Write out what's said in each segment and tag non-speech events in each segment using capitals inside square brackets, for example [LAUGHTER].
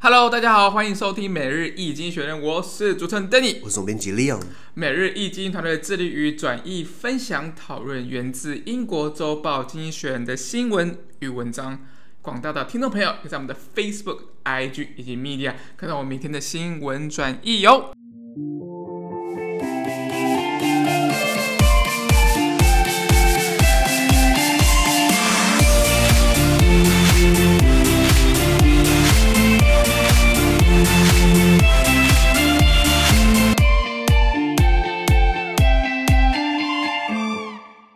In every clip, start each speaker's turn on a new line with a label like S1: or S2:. S1: Hello，大家好，欢迎收听每日易经学院，我是主持人 Danny。
S2: 我是总编辑 Leon。
S1: 每日易经团队致力于转译、分享、讨论源自英国周报《经济学人》的新闻与文章。广大的听众朋友，可以在我们的 Facebook、IG 以及 Media 看到我们每天的新闻哦转译哟、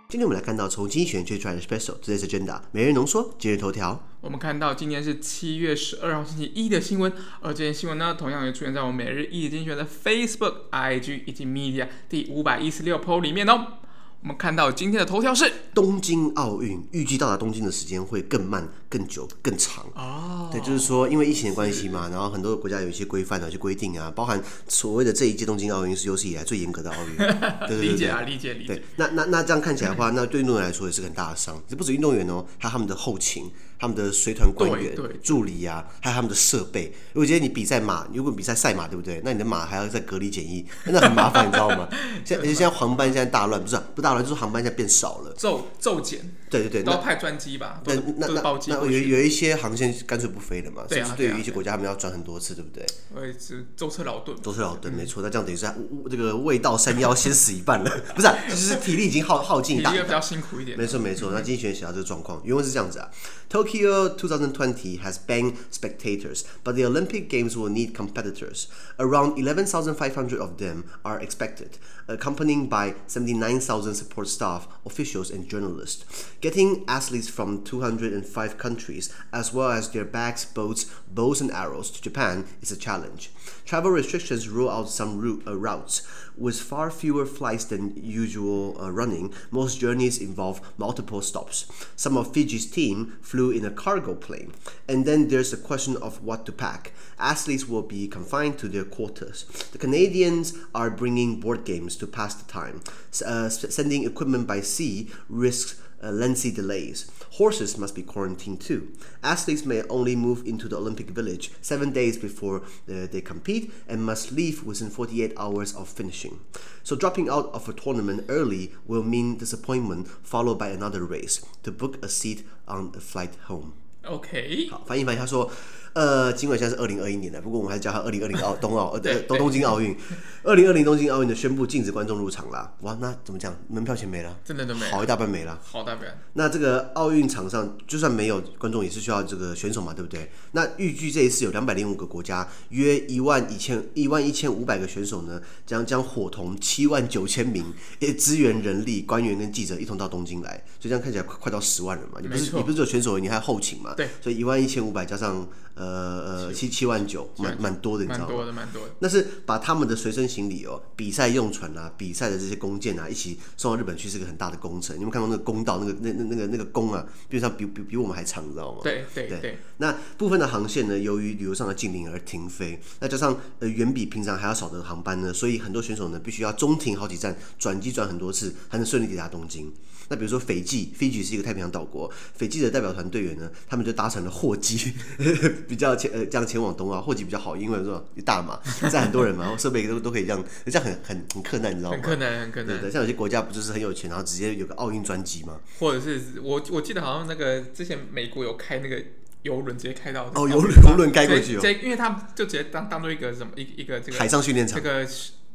S2: 今天我们来看到从精选推出来的 Special Today's Agenda 每日浓缩今日头条。
S1: 我们看到今天是七月十二号星期一的新闻，而这些新闻呢，同样也出现在我们每日易经学的 Facebook、IG 以及 Media 第五百一十六 PO 里面哦。我们看到今天的头条是
S2: 东京奥运预计到达东京的时间会更慢、更久、更长。
S1: 哦，
S2: 对，就是说，因为疫情的关系嘛，然后很多国家有一些规范、有一些规定啊，包含所谓的这一届东京奥运是有史以来最严格的奥运。对对
S1: 理
S2: 对
S1: 解
S2: 对。
S1: 啊，理解理解。
S2: 对，那那那这样看起来的话，那对运动员来说也是个很大的伤。这不止运动员哦，还有他们的后勤、他们的随团官员
S1: 对对对、
S2: 助理啊，还有他们的设备。如果今天你比赛马，如果你比赛赛马，对不对？那你的马还要再隔离检疫，那很麻烦，你知道吗？
S1: [LAUGHS]
S2: 现在而且现在航班现在大乱，不是啊、不大乱，就是航班现在变少了。
S1: 骤骤减
S2: 对对对，
S1: 都
S2: 那
S1: 要派专机吧，都
S2: 那
S1: 是
S2: 那
S1: 都是包
S2: 那
S1: 机
S2: 那
S1: 过
S2: 有
S1: 去，
S2: 有一些航线干脆不飞了嘛，
S1: 对啊
S2: 甚至对
S1: 对啊
S2: 于一些国家他们要转很多次，对不对？
S1: 我也是舟车劳顿。
S2: 都是老对，没错。那这样等于是他呜呜这个未到山腰先死一半了， [LAUGHS] 不是、啊？就是体力已经耗耗
S1: 体
S2: 尽
S1: 力
S2: 大
S1: 会比较辛苦一点。
S2: 没错没错，那精选写到这个状况，原文是这样子啊：Tokyo 2020 has banned spectators, but the Olympic Games will need competitors. Around 11,500 of them are expected, accompanied by 79,000 support staff, officials, and journalists. Getting athletes from 205 countries, as well as their bags, boats, bows, and arrows to Japan, is a challenge. Travel restrictions rule out some route, uh, routes. With far fewer flights than usual uh, running, most journeys involve multiple stops. Some of Fiji's team flew in a cargo plane. And then there's the question of what to pack. Athletes will be confined to their quarters. The Canadians are bringing board games to pass the time. S- uh, s- sending equipment by sea risks uh, lengthy delays. Horses must be quarantined too. Athletes may only move into the Olympic Village seven days before uh, they compete and must leave within 48 hours of finishing. So, dropping out of a tournament early will mean disappointment followed by another race to book a seat on a flight home.
S1: OK，
S2: 好翻译翻译，他说，呃，尽管现在是二零二一年了，不过我们还是叫他二零二零奥冬奥呃
S1: 对 [LAUGHS]
S2: 东东京奥运，二零二零东京奥运的宣布禁止观众入场啦。哇，那怎么讲？门票钱没了，
S1: 真的都没了
S2: 好一大半没了。
S1: 好代表。
S2: 那这个奥运场上就算没有观众，也是需要这个选手嘛，对不对？那预计这一次有两百零五个国家，约一万一千一万一千五百个选手呢，将将伙同七万九千名 [LAUGHS] 也支援人力、官员跟记者一同到东京来，所以这样看起来快快到十万人嘛。你不
S1: 没
S2: 是
S1: 错
S2: 你不是只有选手，你还有后勤嘛？
S1: 对，
S2: 所以一万一千五百加上呃呃七七万九，蛮蛮多的，你知
S1: 蛮
S2: 道吗？
S1: 多的，蛮多的。
S2: 那是把他们的随身行李哦，比赛用船啊，比赛的这些弓箭啊，一起送到日本去，是个很大的工程。你们看到那个弓道，那个那那那个那个弓啊，基本上比比比我们还长，你知道吗？
S1: 对对
S2: 对
S1: 对，
S2: 那部分的航线呢，由于旅游上的禁令而停飞，那加上呃远比平常还要少的航班呢，所以很多选手呢必须要中停好几站，转机转很多次，才能顺利抵达东京。那比如说斐济，Fiji 是一个太平洋岛国，斐济的代表团队员呢，他们就搭乘了货机， [LAUGHS] 比较前呃这样前往东啊，货机比较好，因为说大 [LAUGHS] 嘛，载很多人嘛，然后设备都都可以这样，这样很很很困难，你知道吗
S1: 很？可能，很可
S2: 对
S1: 能，
S2: 对，像有些国家不就是很有钱，然后直接有个奥运专机吗？
S1: 或者是我我记得好像那个之前美国有开那个游轮，直接开到
S2: 哦，游轮游轮
S1: 开
S2: 开过去
S1: 直
S2: 哦，
S1: 接因为他们就直接当当做一个什么一一个这个
S2: 海上训练场
S1: 这。个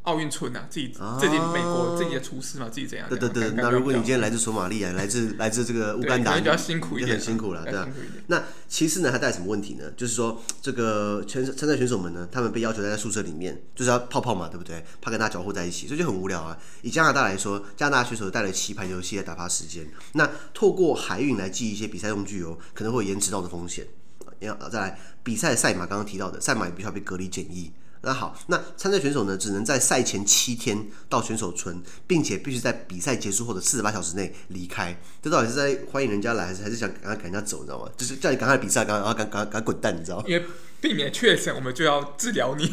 S1: 奥运村啊，自己
S2: 啊
S1: 自己美国自己的厨师嘛，自己怎样？
S2: 对对
S1: 怎
S2: 对，
S1: 样
S2: 那如果你今
S1: 对
S2: 天来自索马利亚，来自来自这个乌干
S1: 可
S2: 达，
S1: 能比较辛苦一
S2: 也
S1: 点啊，
S2: 很辛苦了，
S1: 比
S2: 对
S1: 较
S2: 啊
S1: 辛。苦一点。
S2: 那其次呢，还带来什么问题呢？就是说，这个参参赛选手们呢，他们被要求待在宿舍里面，就是要泡泡嘛，对不对？怕跟大家搅和在一起，所以就很无聊啊。以加拿大来说，加拿大选手带了棋盘游戏来打发时间，那透过海运来寄一些比赛用具哦，可能会有延迟到的风险。要呃再来比赛的赛马，刚刚提到的赛马也必须要被隔离检疫。那好，那参赛选手呢，只能在赛前七天到选手村，并且必须在比赛结束后的四十八小时内离开。这到底是在欢迎人家来，还是还是想赶快赶人家走，你知道吗？就是叫你赶快比赛，赶快赶快赶快赶快滚蛋，你知道吗？
S1: 因为避免确诊，我们就要治疗你。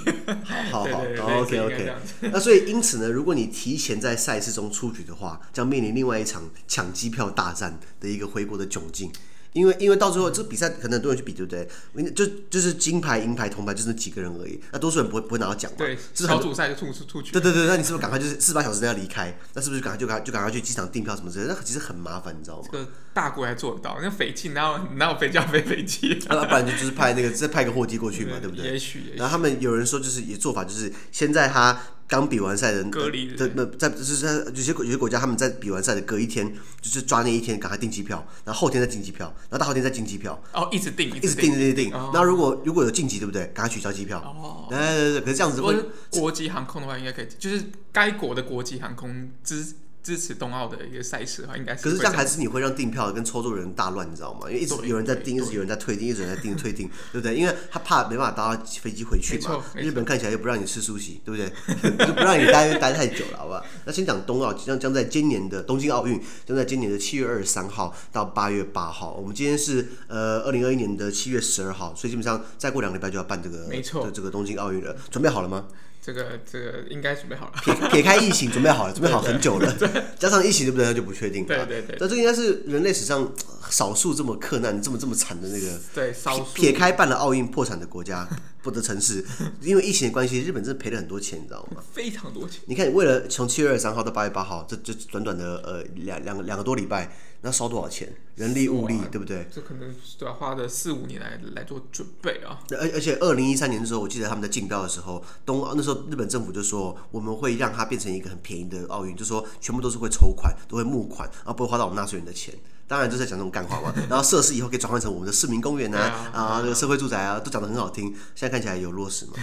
S2: 好
S1: 对
S2: 好
S1: 对对
S2: 好
S1: 类似
S2: ，OK
S1: 应该这
S2: OK
S1: 样子。 [LAUGHS]
S2: 那所以因此呢，如果你提前在赛事中出局的话，将面临另外一场抢机票大战的一个回国的窘境。因为因为到最后这比赛可能很多人去比，对不对？就就是金牌、银牌、铜牌就是那几个人而已，那多数人不会不会拿到奖嘛。
S1: [LAUGHS] 对，
S2: 至少
S1: 小组赛就出出出去
S2: 对。对对，那你是不是赶快就是四十八小时内要离开？那是不是赶快就赶就赶快去机场订票什么之类的？那其实很麻烦，你知道吗？ [LAUGHS]
S1: 这个大国还做得到，那匪气哪有哪有飞机要飞匪气？
S2: 啊那不然就就是派那个再派个货机过 [LAUGHS] 去嘛，对不对？
S1: 也许也许
S2: 然后他们有人说，就是也做法就是先在他刚比完赛的
S1: 隔离
S2: 的那在就是在有些国有些国家他们在比完赛的隔一天，就是抓那一天赶快订机票，然后后天再订机票，然后大后天再订机票，
S1: 哦，一直定一
S2: 一直
S1: 直定。
S2: 订一直订。那如果如果有晋级，对不对？赶快取消机票。
S1: 哦，
S2: 对对对，可是这样子
S1: 如果
S2: 会
S1: 是国际航空的话，应该可以，就是该国的国际航空支支持冬奥的一个赛事的话，应该是
S2: 可
S1: 会
S2: 是
S1: 这
S2: 这样还是你会让订票跟抽中人大乱，你知道吗？因为一直
S1: 对
S2: 有人在订，一直有人在退订，一直有人在订退订，对不对？因为他怕没办法搭到飞机回去
S1: 没
S2: 嘛
S1: 错。没错
S2: 日本看起来又不让你吃苏西，对不对？就 [LAUGHS] 不让你待待太久了，好吧？那先讲冬奥，将将在今年的东京奥运将在今年的七月二十三号到八月八号。我们今天是呃二零二一年的七月十二号，所以基本上再过两个礼拜就要办这个
S1: 没错
S2: 这这个东京奥运了。准备好了吗？
S1: 这个这个应该准备好了。
S2: [LAUGHS] 撇撇开疫情，准备好了，准备好很久了， [LAUGHS] 加上疫情对不对？那就不确定了。
S1: 对对对
S2: 那这应该是人类史上呃少数这么克难、这么这么惨的那个。
S1: 对，少数
S2: 撇开办了奥运破产的国家 [LAUGHS] 不得城市，因为疫情的关系，日本真的赔了很多钱，你知道吗？
S1: 非常多钱，
S2: 你看，为了从七月二十三号到八月八号，这这短短的呃两两个两个多礼拜，那烧多少啊钱？人力物力
S1: 哇，
S2: 对不对？
S1: 这可能都要花了四五年来来做准备啊。
S2: 而而且，二零一三年的时候，我记得他们在竞标的时候，冬奥那时候日本政府就说我们会让它变成一个很便宜的奥运，就说全部都是会筹款，都会募款，然后不会花到我们纳税人的钱。当然就是在讲这种干话嘛。然后设施以后可以转换成我们的市民公园啊，
S1: [LAUGHS] 对啊
S2: 啊，那个社会住宅啊，都讲得很好听。现在看起来有
S1: [LAUGHS]
S2: 落实吗？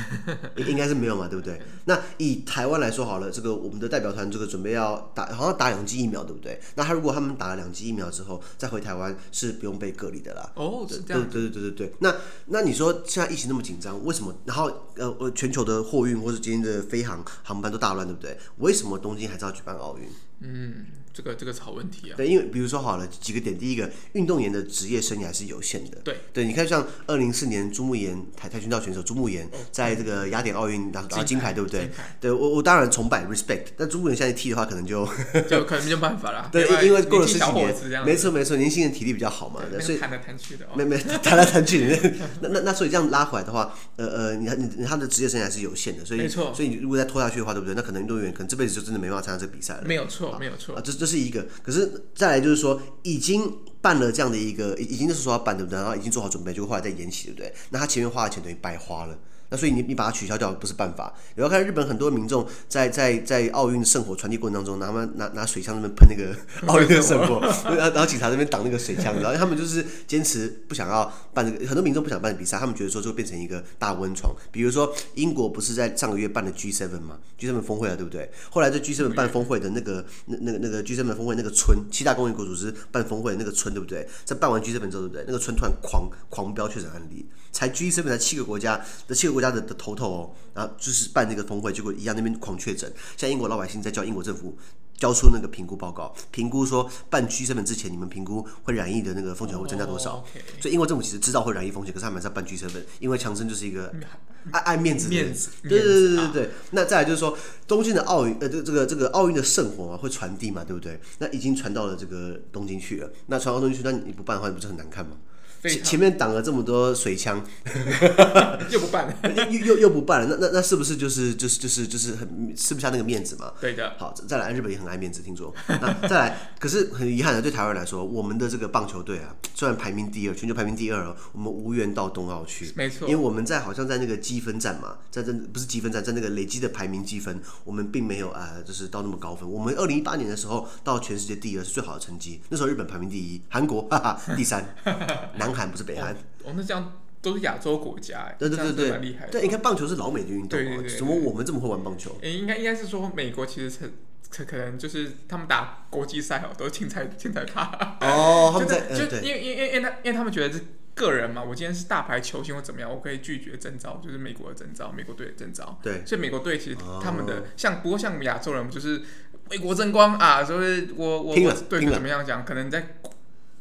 S2: 应应该是没有嘛，对不对？那以台湾来说好了，这个我们的代表团这个准备要打，好像打两剂疫苗，对不对？那他如果他们打了两剂疫苗之后再回台湾是不用被隔离的啦。
S1: 哦，是这
S2: 对
S1: 样，
S2: 对对对对对。那那你说现在疫情那么紧张，为什么？然后呃，呃全球的货运或是今天的飞航航班都大乱，对不对？为什么东京还是要举办奥运？
S1: 嗯，这个这个是好问题啊。
S2: 对，因为比如说好了几个点，第一个，运动员的职业生涯是有限的。
S1: 对
S2: 对，你看像二零四年朱木炎跆跆拳道选手朱木炎在这个雅典奥运拿拿到金牌，对不对
S1: 哦金牌？
S2: 对我我当然崇拜 respect，但朱木炎现在踢的话，可能就。
S1: [LAUGHS] 就可能没有办法啦
S2: 对，因因为过了十
S1: 年轻
S2: 几
S1: 小伙子这样
S2: 年，
S1: 子，
S2: 没错没错，年轻人体力比较好嘛，
S1: 对，那
S2: 所以
S1: 个弹来弹去的哦。
S2: 没 [LAUGHS] 没谈来谈去，那那那所以这样拉回来的话，呃呃，你你你他的职业生涯是有限的，所以
S1: 没错
S2: 所以你如果再拖下去的话，对不对？那可能运动员可能这辈子就真的没办法参加这个比赛了。
S1: 没有错，没有错。
S2: 啊，这这是一个。可是再来就是说，已经办了这样的一个，已已经就是说要办，对不对？然后已经做好准备，就后来再延期，对不对？那他前面花的钱等于白花了。那所以你你把它取消掉不是办法。你要看日本很多民众在在在奥运圣火传递过程当中，拿他们拿拿水枪那边喷那个奥运的圣火，对然后然后警察那边挡那个水枪，然后他们就是坚持不想要办这个，很多民众不想办比赛，他们觉得说这会变成一个大温床。比如说英国不是在上个月办了 G7 嘛，G7 峰会啊，对不对？后来这 G7 办峰会的那个那那个那个 G7 峰会那个村，七大工业国组织办峰会的那个村，对不对？在办完 G7 之后，对不对？那个村突然狂狂飙确诊案例，才 G7 才七个国家的七个国家的的头头哦，然后就是办那个峰会，结果一样那边狂确诊，现在英国老百姓在叫英国政府。交出那个评估报告，评估说办 G7 之前，你们评估会染疫的那个风险会增加多少？
S1: 哦？OK
S2: [LAUGHS] 所以英国政府其实知道会染疫风险，可是他们还是要办 G7，因为强生就是一个爱爱面子的
S1: 嗯
S2: 人，
S1: 面子
S2: 对对对对
S1: 面子
S2: 对对。那再来就是说，东京的奥运，呃，这这个这个奥运的圣火啊，会传递嘛，对不对？那已经传到了这个东京去了。那传到东京去，那你不办的话，你不是很难看吗？
S1: 非
S2: 前前面挡了这么多水枪，
S1: 又不办了。
S2: [LAUGHS] 又又又不办了，那那那是不是就是就是就是就是很吃不下那个面子嘛？
S1: 对的，
S2: [LAUGHS] 好，再再来，日本也很爱面子，听说。那再来，可是很遗憾的，对台湾来说，我们的这个棒球队啊，虽然排名第二，全球排名第二哦，我们无缘到冬奥去。
S1: 没错
S2: 因为我们在好像在那个积分战嘛，在这不是积分战，在那个累积的排名积分，我们并没有呃，就是到那么高分。我们二零一八年的时候到全世界第二是最好的成绩，那时候日本排名第一，韩国哈哈第
S1: [LAUGHS]
S2: 三，南韩不是北韩。
S1: 哦，那这样都是亚洲国家欸，
S2: 对对
S1: 这样
S2: 对
S1: 子
S2: 对
S1: 蛮厉害，的。
S2: 对，你看棒球是老美的运动
S1: 对对
S2: 哦，
S1: 对对
S2: 怎么我们这么会玩棒球？
S1: 诶应该应该是说美国其实是可可能就是他们打国际赛哦，都是青菜青菜咖。
S2: 哦，他们在
S1: 就
S2: 呃
S1: 是
S2: 对。
S1: 因为因为因为因为他因为他们觉得是个人嘛，我今天是大牌球星或怎么样，我可以拒绝征召，就是美国的征召，美国队的征召。
S2: 对
S1: 所以美国队其实
S2: 哦
S1: 他们的、像不过像我们亚洲人就是为国争光啊，所以我我
S2: 拼了
S1: 我对
S2: 拼了
S1: 怎么样讲，可能在。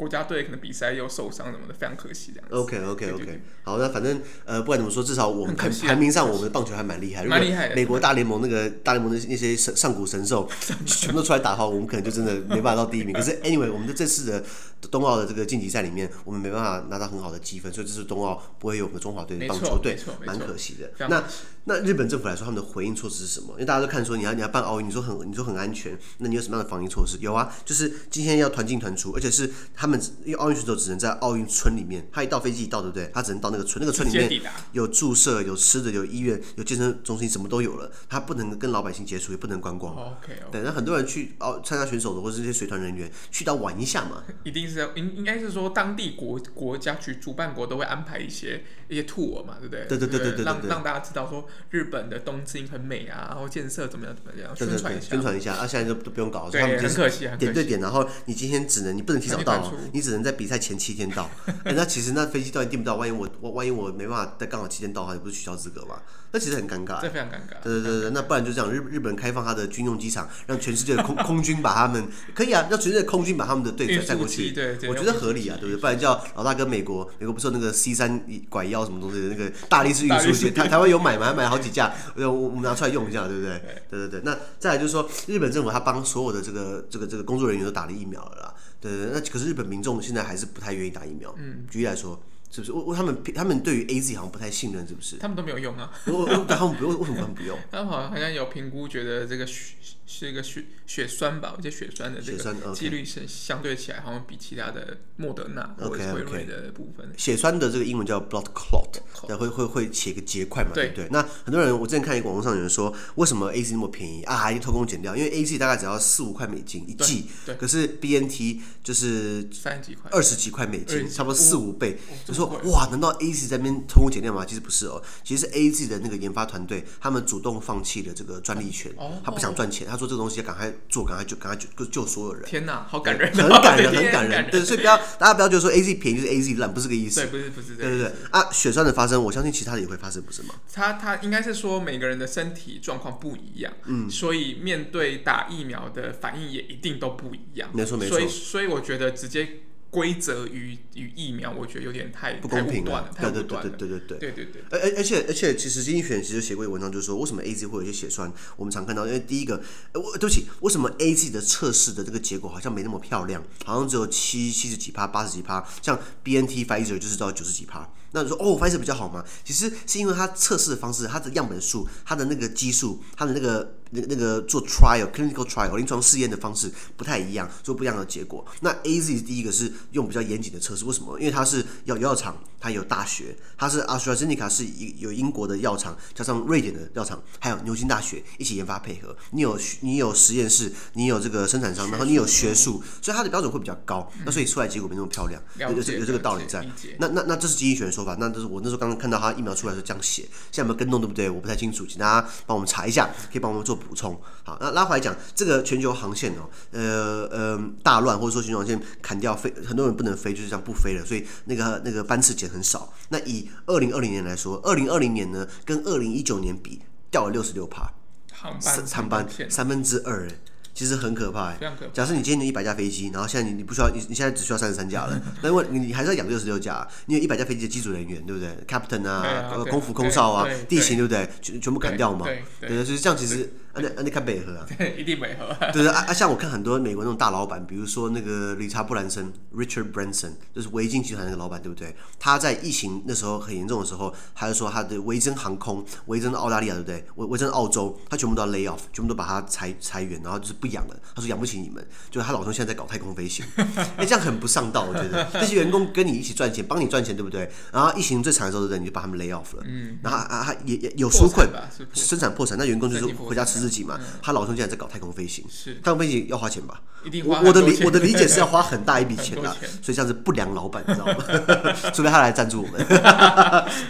S1: 国家队可能比赛又受伤什么的，非常可惜这样子。
S2: OK OK
S1: 对对
S2: OK，好，那反正呃，不管怎么说，至少我们
S1: 很可
S2: 排
S1: 惜啊
S2: 排名上，我们的棒球还蛮厉害。如果
S1: 蛮厉害的
S2: 美国大联盟那个大联盟的那些神上古
S1: [LAUGHS]
S2: 神兽全部都出来打的话，我们可能就真的没办法到第一名。可是 anyway，我们在这次的冬奥的这个晋级赛里面，我们没办法拿到很好的积分，所以这次冬奥不会有我们中华队的
S1: 没
S2: 棒
S1: 错
S2: 球队
S1: 没错，没
S2: 蛮
S1: 错
S2: 可惜的
S1: 非。常
S2: 那那日本政府来说，他们的回应措施是什么？因为大家都看说你要你要办奥运，你说很你说很安全，那你有什么样的防疫措施？有啊，就是今天要团进团出，而且是他们因为奥运选手只能在奥运村里面，他一到飞机一到对不对？他只能到那个村，那个村里
S1: 直接抵
S2: 面
S1: 达
S2: 有注射、有吃的、有医院、有健身中心，什么都有了，他不能跟老百姓接触，也不能观光。
S1: OK OK，
S2: 对，那很多人去奥参加选手的或是这些随团人员去到玩一下嘛，
S1: 一定是要应应该是说当地国国家去主办国都会安排一些一些 tour 嘛，对不对？
S2: 对对对对对对
S1: 让
S2: 对
S1: 让大家知道说日本的东京很美啊，然后建设怎么样怎么样，
S2: 对
S1: 哦宣
S2: 对
S1: 传
S2: 对，
S1: 一下
S2: 宣。传一下，啊，现在都都不用搞了，所以
S1: 对
S2: 他们，就
S1: 很
S2: 是
S1: 可惜，很
S2: 点
S1: 可
S2: 对
S1: 惜。
S2: 点，然后你今天只能，你不能提早到
S1: 还
S2: 哦
S1: 没搬出，
S2: 你只能在比赛前七天到。 [LAUGHS] 哎，那其实那飞机到底订不到，万一我我万一我没办法在刚好七天到的话，你不是取消资格吗？那其实很尴尬
S1: 这。非常尴尬。
S2: 对对对对，那不然就这样，日日本开放他的军用机场，让全世界的空空军把他们可以啊，让全世界的空军把他们的队
S1: 运
S2: 载载
S1: 输
S2: 过
S1: 机
S2: 去，
S1: 对，
S2: 我觉得合理啊，对不对？不然叫老大哥美国，美国不是有那个 C 三拐腰什么东西的那个大力士运输机，台台湾有买吗？还买了好几架，我我我们拿出来用一下，对不对？对对对。那再来就是说，日本政府他帮所有的这个这个这个工作人员都打了疫苗了啦，对对对。那可是日本民众现在还是不太愿意打疫苗。嗯，举例来说。是不是？我我他们他们对于 A Z 好像不太信任，是不是？
S1: 他们都没有用啊。
S2: 我我我他们不用，为什么他们不用？
S1: 他们好像好像有评估，觉得这个血是一个血血栓吧，我觉得血栓的这
S2: 血栓
S1: 个
S2: ，OK
S1: 几率是相对起来，好像比其他的莫德纳或者
S2: OK，OK
S1: 是辉瑞的部分
S2: 血栓的这个英文叫 blood clot，对，会会会写个结块嘛，对
S1: 对
S2: 不对？那很多人，我之前看一个网络上有人说，为什么 A Z 那么便宜啊？一偷工减料，因为 A Z 大概只要四五块美金一剂，
S1: 对
S2: 可是 B N T 就是
S1: 三十几块。
S2: 二十几块美金，
S1: 20
S2: 差不多四五倍
S1: 哦。
S2: 就
S1: 这么
S2: 说
S1: 贵
S2: 哇，难道 A Z 在那边偷工减料吗？其实不是哦，其实是 A Z 的那个研发团队他们主动放弃了这个专利权
S1: 哦，
S2: 他不想赚钱，他说这个东西要赶快做，赶快救，赶快救救所有人。 [LAUGHS]
S1: 天哪，好感人哦，
S2: 很感人，
S1: 对
S2: 很感人，对，所以不要大家不要觉得说 A Z 便宜就是 A Z 烂，不是这个意思
S1: 对，。不是不是这
S2: 对
S1: 样
S2: 对对啊，血栓的发生，我相信其他的也会发生，不是吗？
S1: 他他应该是说每个人的身体状况不一样，嗯，所以面对打疫苗的反应也一定都不一样。
S2: 没错没错
S1: 所以所以我觉得直接归责于于疫苗，我觉得有点太
S2: 不公平
S1: 太武断
S2: 啊
S1: 了，！太
S2: 对对
S1: 武
S2: 对
S1: 断了。
S2: 对对对
S1: 对
S2: 对。
S1: 对对，
S2: 而而而且而且，其实经济学人其实写过一个文章，就是说为什么 A Z 会有一些血栓，我们常看到，因为第一个，呃我对不起，为什么 A Z 的测试的这个结果好像没那么漂亮，好像只有七七十几趴、八十几趴，像 B N T Pfizer 就是到九十几趴。那你说哦，Pfizer 比较好吗？其实是因为它测试的方式、它的样本数、它的那个基数、它的那个那那个做 trial clinical trial 临床试验的方式不太一样，做不一样的结果。那 A Z 第一个是用比较严谨的测试，为什么？因为它是药药厂，它有大学，它是 AstraZeneca 是一有英国的药厂，加上瑞典的药厂，还有牛津大学一起研发配合。你有你有实验室，你有这个生产商，然后你有学术，所以它的标准会比较高。那所以出来结果没那么漂亮，有
S1: 了
S2: 有
S1: 解
S2: 这有这个道理
S1: 了解
S2: 在
S1: 理。解
S2: 那那那这是经济学的说法，那这是我那时候刚刚看到他疫苗出来是这样写，现在有没有跟动对不对？我不太清楚，请大家帮我们查一下，可以帮我们做补充。好，那拉回来讲这个全球航线哦，呃呃大乱或者说全球航线砍掉飞，很多人不能飞，就是这样不飞了，所以那个那个班次减很少。那以二零二零年来说，二零二零年呢跟二零一九年比掉了六十六趴，
S1: 航
S2: 三
S1: 班
S2: 三班
S1: 片
S2: 三分之二，哎其实很可怕哎
S1: 非。常可怕。 [LAUGHS]
S2: 假设你今天有一百架飞机，然后现在你你不需要，你你现在只需要三十三
S1: [LAUGHS]
S2: 架了，那因为你你还是要养六十六架啊，你有一百架飞机的机组人员，对不对？Captain
S1: 对
S2: 啊
S1: 啊，
S2: 呃
S1: 对
S2: 空服空少啊
S1: 对，对
S2: 地勤对不对？全全部砍掉嘛，
S1: 对对
S2: 对，所以这样其实安安内看北河啊，
S1: 对，一定没合。
S2: [LAUGHS] 对对啊啊！像我看很多美国那种大老板，比如说那个理查布兰森 （Richard Branson），就是维京集团那个老板，对不对？他在疫情那时候很严重的时候，还是说他的维珍航空、维珍澳大利亚，对不对？维维珍澳洲，他全部都要 lay off，全部都把他裁裁员，然后就是不养了。他说养不起你们，就他老兄现在在搞太空飞行， [LAUGHS] 哎，这样很不上道，我觉得。这些员工跟你一起赚钱，帮你赚钱，对不对？然后疫情最惨的时候，对不对？你就把他们 lay off 了，嗯，然后啊啊，他也也有
S1: 破
S2: 纾
S1: 产
S2: 困
S1: 吧是破，产
S2: 生产破产，那员工就是
S1: 生意破嗯
S2: 回家吃自己嘛。他老兄现在在搞太空飞行，
S1: 是
S2: 太空飞行要花钱吧？
S1: 一定花
S2: 我
S1: 很
S2: 我的
S1: 多
S2: 理
S1: 钱
S2: 我的理解是要花很大一笔
S1: 很
S2: 钱
S1: 多
S2: 啦
S1: 钱，
S2: 所以这样子不良老板，你知道吗？
S1: [LAUGHS]
S2: 除非他来赞助我们， [LAUGHS]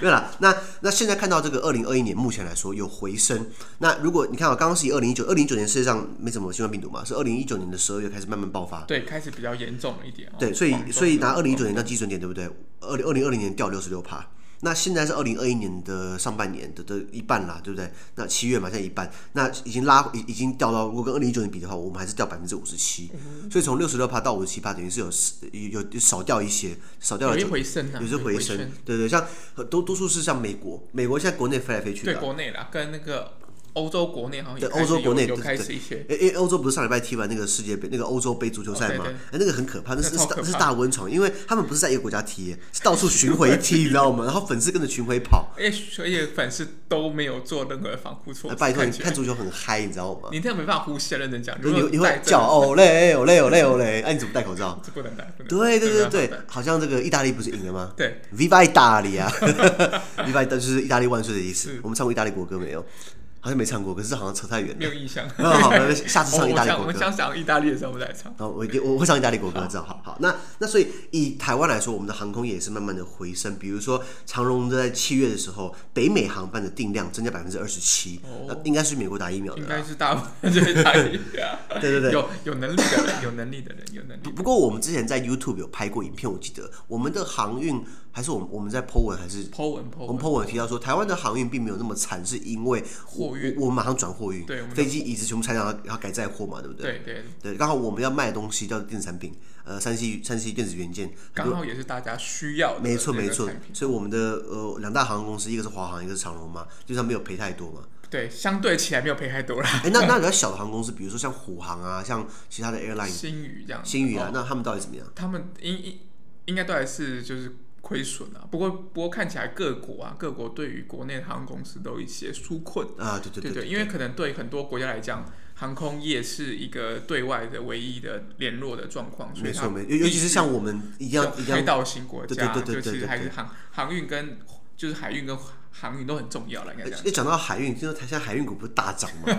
S2: 没有啦。那那现在看到这个二零二一年目前来说有回升，那如果你看啊，刚刚是以二零一九二零一九年世界上没什么新冠病毒嘛，是二零一九年的十二月开始慢慢爆发，
S1: 对，开始比较严重了一点哦。
S2: 对，所以
S1: 广州
S2: 所以拿二零一九年当基准点，对不对？二零二零二零年掉六十六趴，那现在是二零二一年的上半年的的一半啦，对不对？那七月嘛，现在一半，那已经拉已已经掉到，如果跟二零一九年比的话，我们还是掉百分之五十七，
S1: 嗯
S2: 所以从六十六趴到五十七趴，等于是有四有有少掉一些，少掉了
S1: 有一
S2: 九
S1: 回升啊，
S2: 有些
S1: 回
S2: 回升，对对，像呃多多数是像美国，美国现在国内飞来飞去
S1: 对
S2: 的啊、
S1: 国内啦，跟那个欧洲国内好像也
S2: 对
S1: 开始
S2: 欧洲
S1: 有
S2: 国内
S1: 有
S2: 对
S1: 开
S2: 对
S1: 始一些
S2: 诶，因为欧洲不是上礼拜踢完那个世界杯，那个欧洲杯足球赛
S1: 哦
S2: 吗？
S1: 对对
S2: 哎、那个很可怕，那是
S1: 那
S2: 那
S1: 超可
S2: 是大
S1: 怕
S2: 那是大温床，因为他们不是在一个国家踢耶，是到处巡回踢，你知
S1: [LAUGHS]
S2: 道吗？然后粉丝跟着巡回跑。
S1: 哎而且而且粉丝都没有做任何防护措
S2: 哎，
S1: 施，
S2: 拜托你
S1: 看起来
S2: 看足球很嗨，你知道吗？
S1: 你这样没办法呼吸啊，认真讲，
S2: 你
S1: 如果
S2: 你
S1: 戴
S2: 会
S1: 真的
S2: 叫
S1: [LAUGHS]
S2: 哦嘞哦嘞哦嘞哦嘞，哎、你怎么戴口罩？
S1: 这不能戴，不能戴
S2: 对对对
S1: 这没
S2: 对
S1: 办法，
S2: 好像这个意大利不是赢了吗
S1: 戴对，[LAUGHS]
S2: ？Viva Italia，Viva Italia 就是意大利万岁的意思
S1: 是。
S2: 我们唱过意大利国歌没有？好像没唱过，可是好像扯太远了
S1: 没。有印
S2: [LAUGHS]
S1: 象。
S2: 那哦好，那下次
S1: 我
S2: 唱意大利
S1: 我想
S2: 国
S1: 我
S2: 歌。
S1: 想想意大利的时候我再唱。
S2: 好，哦我一定我会上意大利国歌，这样好好。那那所以以台湾来说，我们的航空业也是慢慢的回升。比如说长荣在七月的时候，北美航班的订量增加百分之二十七，
S1: 哦
S2: 那应该是美国打疫苗的
S1: 应
S2: 啦。
S1: 该是大部分就是大利啊，
S2: 啊 [LAUGHS] 对对对
S1: 有有能力的人，有能力的人，有能力。
S2: 不过我们之前在 YouTube 有拍过影片，我记得我们的航运还是我们我们在 Po 文还是
S1: Po 文 Po
S2: 我们
S1: 文，
S2: Po 文有提到说，台湾的航运并没有那么惨，是因为
S1: 货运
S2: 我我我们马上转货运，
S1: 对我们的
S2: 飞机椅子全部拆掉，然后然后改载货嘛，对不对？
S1: 对对，
S2: 对，刚好我们要卖的东西叫电子产品，呃，三 C 三 C 电子元件，很多
S1: 刚好也是大家需要的。
S2: 没错没错，所以我们的呃两大航空公司，一个是华航，一个是长荣嘛，就是它没有赔太多嘛。
S1: 对，相对起来没有赔太多啦。
S2: 哎、那那比较小的航空公司，比如说像虎航啊，像其他的 airline，
S1: 新宇这样，
S2: 星宇啊，
S1: 哦，
S2: 那他们到底怎么样？
S1: 他们应应应该都还是就是亏损啊。不过不过看起来各国啊，各国对于国内的航空公司都有一些纾困。
S2: 啊，对对
S1: 对
S2: 对，
S1: 因为可能对很多国家来讲，航空业是一个对外的唯一的联络的状况，所以
S2: 没
S1: 它
S2: 错没错，尤尤其是像我们一样一
S1: 海
S2: 样，
S1: 岛型国家，
S2: 对对对对
S1: 就其
S2: 对
S1: 实
S2: 对
S1: 还是
S2: 对
S1: 航航运跟就是海运跟航运都很重要了，应该这样。
S2: 一讲到海运，听说哎台现在海运股不是大涨嘛？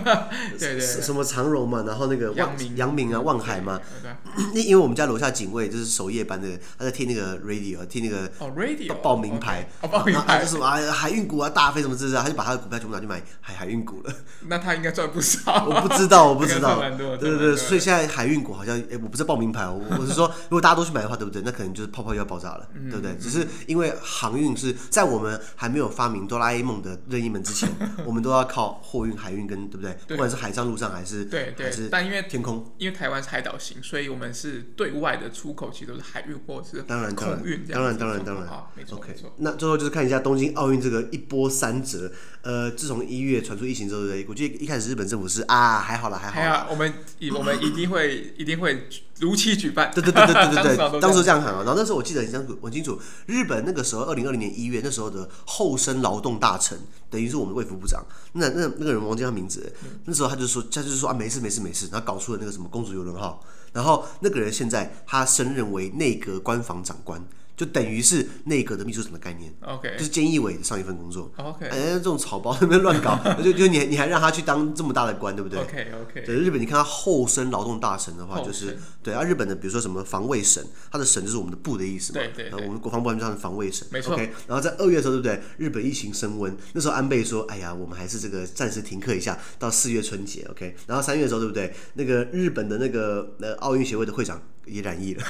S1: 对 [LAUGHS] 对对
S2: 什什么长荣嘛，然后那个
S1: 阳
S2: 万
S1: 明
S2: 阳明啊，望海嘛，
S1: 对吧？
S2: 那因为我们家楼下警卫就是守夜班的，他在听那个 radio，听那个
S1: 哦，radio
S2: 报名牌
S1: OK，哦，报名
S2: 啊啊
S1: 牌
S2: 就，是什么啊海运股啊、大飞什么之类的，他就把他的股票全部拿去买海海运股了。
S1: 那他应该赚不 [LAUGHS] 少。
S2: 我不知道，我不
S1: 应
S2: 知
S1: 该赚
S2: 道
S1: 蛮多。的
S2: 对对
S1: 赚蛮多的
S2: 对，所以现在海运股好像，诶我不是报名牌哦，我我是说， [LAUGHS] 如果大家都去买的话，对不对？那可能就是泡泡又要爆炸了，
S1: 嗯
S2: 对不对？只是因为航运是在我们还没有发明哆啦 A 梦的任意
S1: [LAUGHS]
S2: 门之前，我们都要靠货运、海运跟对不对？不管是海上、陆上还是
S1: 对
S2: 还
S1: 对，
S2: 是
S1: 但因为
S2: 天空，
S1: 因为台湾是海岛型，所以我们是对外的出口其实都是海运或者是
S2: 当然当然
S1: 空运这
S2: 当
S1: 样子
S2: 然
S1: 的
S2: 当
S1: 状
S2: 然当
S1: 况
S2: 然
S1: 啊，没错
S2: OK，
S1: 没错。
S2: 那最后就是看一下东京奥运这个一波三折。呃，自从一月传出疫情之后，对不对？我记得一开始日本政府是啊，还好啦，还好
S1: 还
S2: 啦。
S1: 哎有我们以我们一定
S2: [LAUGHS]
S1: 会一定会如期举办。
S2: 对对对对对对
S1: 当时
S2: 对，当时这样喊啊，然后那时候我记得很清楚，很清楚，日本那个时候二零二零年一月，那时候的厚生劳动大臣，等于是我们的卫福部长，那那那个人忘记他名字了，那时候他就说，他就说啊没事没事没事，然后搞出了那个什么公主游轮号，然后那个人现在他升任为内阁官房长官，就等于是内阁的秘书长的概念，就
S1: OK
S2: 是菅义伟的上一份工作。
S1: OK
S2: 哎，这种草包在那边乱搞，就就你你还让他去当这么大的官，对不对？
S1: OK OK，
S2: 对日本，你看他厚生劳动大臣的话，
S1: 厚
S2: 就
S1: 生
S2: 是对啊，日本的比如说什么防卫省，它的省就是我们的部的意思嘛，
S1: 对对对
S2: 然后我们国防部它就是防卫省，
S1: 没错
S2: OK，然后在二月的时候，对不对？日本疫情升温，那时候安倍说，哎呀，我们还是这个暂时停课一下，到四月春节，OK。然后三月的时候，对不对？那个日本的那个呃奥运协会的会长也染疫了。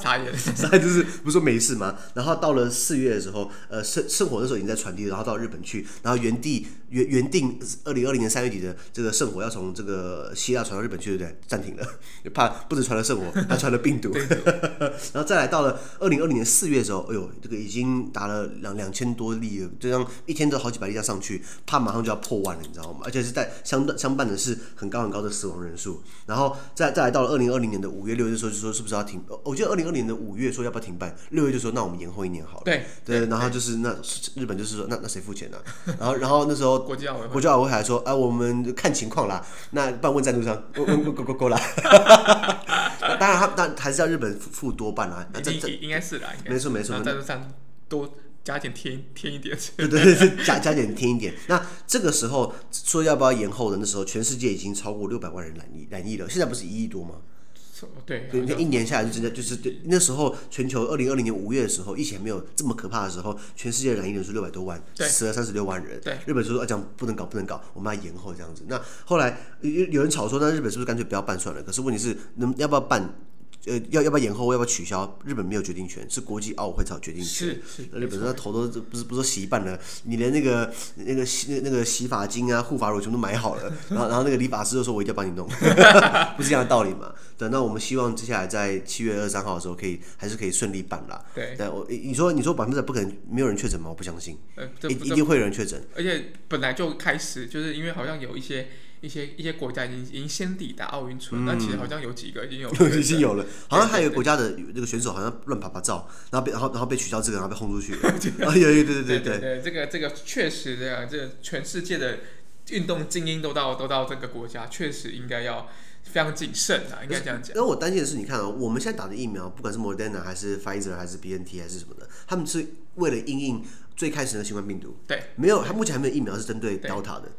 S1: 傻眼。
S2: [LAUGHS] 他就是不是说没事吗？然后到了四月的时候，呃，圣圣火那时候已经在传递了，然后到日本去，然后原地原原定二零二零年三月底的这个圣火要从这个希腊传到日本去，对不对？暂停了，就怕不止传了圣火，还传了病毒。 [LAUGHS] 然后再来到了二零二零年四月的时候，哎呦，这个已经达了两两千多例了，这样一天都好几百例这样上去，怕马上就要破万了，你知道吗？而且是在相相伴的是很高很高的死亡人数。然后再再来到了二零二零年的五月六月的时候，就说是不是要停？呃我记得二零二零年的五月说要不要停办，六月就说那我们延后一年好了。
S1: 对
S2: 对，然后就是那日本就是说那那谁付钱呢、然后然后那时候
S1: 国际奥委会
S2: 国际奥委会还说，哎、我们看情况啦，那不然问赞助商，问问问够够够
S1: [LAUGHS]
S2: 啦。 [LAUGHS] 当然他，但还是要日本付付多半啦。那
S1: 一
S2: 这这
S1: 定应该是啦，应该
S2: 没错没错
S1: 然后赞助商多加点添添一点， [LAUGHS]
S2: [LAUGHS] 对对对，加加点听一点。那这个时候说要不要延后的，那时候全世界已经超过六百万人染疫染疫了，现在不是一亿多吗？
S1: 对，
S2: 对，
S1: 好
S2: 那
S1: 像
S2: 一年下来就真的就是对那时候全球二零二零年五月的时候，疫情还没有这么可怕的时候，全世界染疫人数六百多万，
S1: 对
S2: 死了三十六万人。
S1: 对，
S2: 日本说啊，这样不能搞，不能搞，我们要延后这呃样子。那后来有有人吵说，那日本是不是干脆不要办算了？可是问题是，能要不要办？呃，要要不要延后，要不要取消，日本没有决定权，是国际奥委会才有决定权。
S1: 是是
S2: 那日本那头都不是不是说洗一半了，你连那个那个洗那个洗发精啊、护发乳全部都买好了，然后然后那个理发师就说我一定要帮你弄， [LAUGHS] 不是这样的道理嘛？对，那我们希望接下来在七月二十三号的时候可以还是可以顺利办啦。
S1: 对，
S2: 但我你说你说百分之百不可能没有人确诊吗？我不相信，
S1: 呃，这
S2: 一
S1: 不
S2: 一定会有人确诊。
S1: 而且本来就开始，就是因为好像有一些一些一些国家已经已经先抵达奥运村，那、其实好像有几个已经有
S2: 已经嗯 [LAUGHS] 有了，好像还有一个国家的那个选手好像乱拍拍照，然后被然后然后被取消资格，然后被轰出去了。啊，有有对对对
S1: [LAUGHS] 对
S2: 对，
S1: 对，这个这个确实这样，这个全世界的运动精英都到都到这个国家，确实应该要非常谨慎啊，应该这样讲。
S2: 然后我担心的是，你看啊、我们现在打的疫苗，不管是 Moderna 还是 Pfizer 还是 BNT 还是什么的，他们是为了因应最开始的新冠病毒。
S1: 对，
S2: 没有，它目前还没有疫苗是针对 Delta 的。
S1: 嗯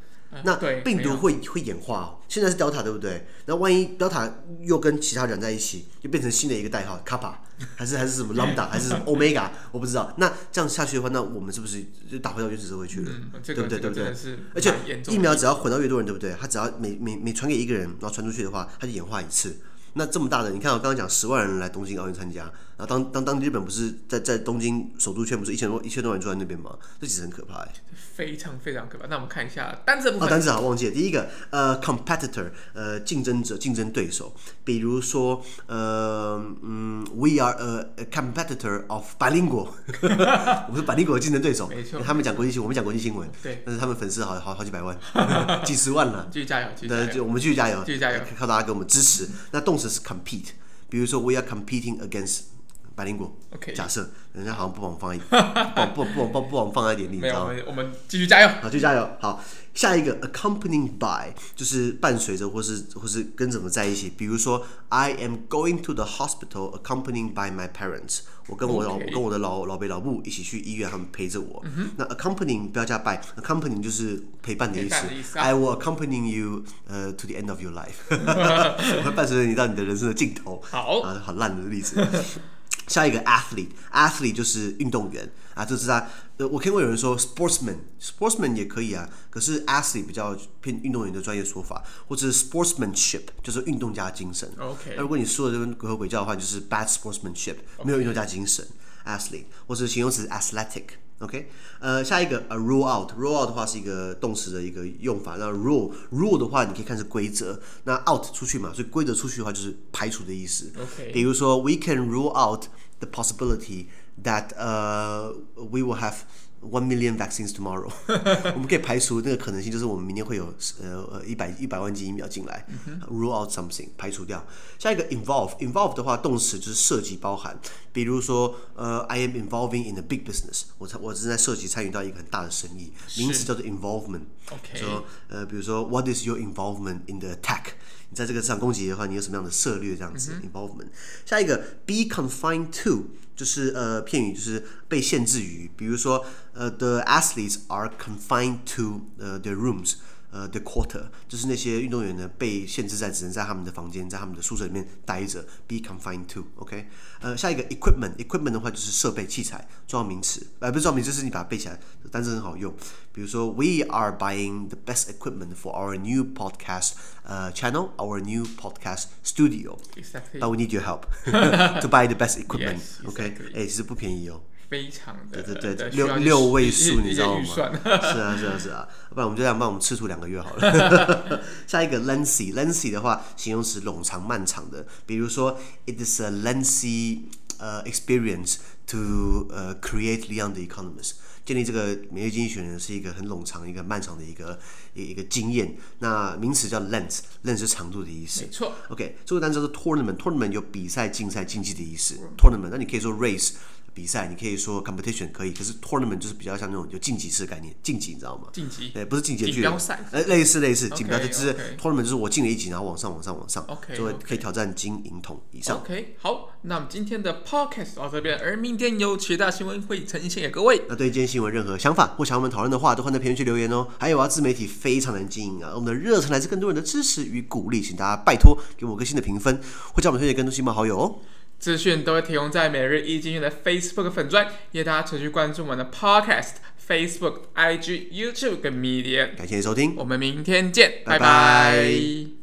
S2: 那
S1: 对
S2: 病
S1: 没有
S2: 毒会会演化、哦，现在是 Delta 对不对？那万一 Delta 又跟其他染在一起，又变成新的一个代号 Kappa，还是还是什么 Lambda，还是什么 Omega，我不知道。那这样下去的话，那我们是不是就打回到原始社会去了？
S1: 嗯，这
S2: 对
S1: 个
S2: 不对？
S1: 这个
S2: 对不
S1: 真
S2: 对
S1: 的？是
S2: 而且
S1: 蛮严重
S2: 疫
S1: 的
S2: 苗只要混到越多人，对不对？它只要每每每传给一个人，然后传出去的话，它就演化一次。那这么大的，你看我刚刚讲十万人来东京奥运参加，然后当当当日本不是在在东京首都圈不是一千多一千多人住在那边吗？这其实很可怕哎、
S1: 非常非常可怕。那我们看一下单字的部
S2: 啊，
S1: 分，
S2: 单词好忘记了。第一个，呃，competitor，呃，竞争者、竞争对手。比如说，呃，嗯，we are a, a competitor of 百灵果， [LAUGHS] 我们是百灵果的竞争对手。
S1: 没错
S2: 他们讲国际新闻，我们讲国际新闻，
S1: 对，
S2: 但是他们粉丝好好好几百万， [LAUGHS] 几十万了。
S1: 继续加油，继续加
S2: 对，
S1: 油。
S2: 就我们继续加油，呃
S1: 继续加油，
S2: 靠大家给我们支持。那动词是 compete，比如说 we are competing against 百灵果。
S1: OK，
S2: 假设人家好像不把我
S1: [LAUGHS]
S2: 们放在，不不不不不把我们放在眼里，你
S1: 没
S2: 知
S1: 有，
S2: 道
S1: 我
S2: 吗？
S1: 们我们继续加油。
S2: 好，就加油。好，下一个 accompanying by 就是伴随着或是或是跟怎么在一起。比如说，I am going to the hospital accompanying by my parents。我跟我老
S1: OK 嗯
S2: 我跟我的老老伯老母一起去医院，他们陪着我。那 accompanying 不要加 by，accompanying 就是陪伴的意
S1: 陪伴的意
S2: 思。
S1: 思啊
S2: I will accompany you 呃 to the end of your life，
S1: [LAUGHS]
S2: 我 [LAUGHS] 会伴随着你到你的人生的尽头。
S1: 好
S2: 啊，很烂的例子。 [LAUGHS] 下一个 athlete，athlete 就是运动员啊，这是他。呃，我听过有人说 sportsman，sportsman 也可以啊，可是 athlete 比较偏运动员的专业说法，或者是 sportsmanship 就是运动家精神。
S1: OK
S2: 那如果你说的这跟鬼吼鬼叫的话，就是 bad sportsmanship，没有运动家精神 athlete，或是形容词 athletic。OK，呃，下一个呃 rule out，rule out 的话是一个动词的一个用法。那 rule rule 的话，你可以看是规则。那 out 出去嘛，所以规则出去的话就是排除的意思。
S1: OK
S2: 比如说，we can rule out the possibility that 呃、we will have one million vaccines tomorrow 。 [LAUGHS] 我们可以排除那个可能性，就是我们明天会有呃呃一百一百万剂疫苗进来、r u l e out something 排除掉。下一个 involve involve 的话，动词就是涉及包含，比如说呃 I am involving in a big business，我参我正在涉及参与到一个很大的生意，名词叫做 involvement。
S1: OK
S2: 说呃，比如说 What is your involvement in the attack？你在这个市场攻击的话，你有什么样的策略？这样子、involvement。下一个 be confined to 就是呃片语，就是被限制于，比如说呃 the athletes are confined to 呃 their rooms。呃、t h e quarter 就是那些运动员呢被限制在只能在他们的房间，在他们的宿舍里面待着，be confined to，OK、呃，下一个 equipment，equipment 的话就是设备、器材，重要名词，呃，不是重要名词，就是你把它背起来，单词很好用。比如说，we are buying the best equipment for our new podcast 呃 channel, our new podcast studio,
S1: Exactly，
S2: but we need your help [LAUGHS] to buy the best equipment.
S1: Yes,
S2: OK，
S1: exactly.
S2: 哎、其实不便宜哦。
S1: 非常的
S2: 对对对，
S1: 的呃需
S2: 六
S1: 要一些
S2: 六位
S1: 一
S2: 数，
S1: 一
S2: 你
S1: 一
S2: 知
S1: 些
S2: 道吗？
S1: 预
S2: 是
S1: 算 [LAUGHS]
S2: [LAUGHS] 啊，是啊，是啊，不然我们就这样，帮我们吃土两个月好
S1: [LAUGHS]
S2: 了。 [LAUGHS] 下一个 lengthy，lengthy 的话，形容词冗长、漫长的，比如说 it is a lengthy 呃、experience to 呃、create Leon the Economist。建立这个每日经济学人是一个很冗长、一个漫长的一个一一个经验。那名词叫 length，length 是长度的意思
S1: 没。错。
S2: OK，这个单词叫做 tournament，tournament 有比赛、竞赛、竞技的意思。tournament，那你可以说 race 比赛，你可以说 competition 可以，可是 tournament 就是比较像那种有竞技式的概念，竞技你知道吗？
S1: 晋级
S2: 对，不是竞技
S1: 锦
S2: 剧，
S1: 标赛
S2: 呃，类似类似锦标赛，就是
S1: OK
S2: tournament 就是我进了一级，然后往上往上往上
S1: OK，哦
S2: 就会可以挑战金银铜以上。
S1: OK，好，那我们今天的 Podcast 到这边，而明天有其他新闻会呈现给各位。
S2: 那对今天新闻任何想法或想要我们讨论的话，都欢迎在评论区留言哦。还有啊，自媒体非常难经营啊，我们的热忱来自更多人的支持与鼓励，请大家拜托给我个新的评分，或将我们推荐给更多亲朋好友哦。
S1: 资讯都会提供在每日一经济的 Facebook 粉专，也大家持续关注我们的 Podcast、Facebook、IG、YouTube 跟 Media。
S2: 感谢你的收听。
S1: 我们明天见，
S2: 拜
S1: 拜
S2: 拜
S1: 拜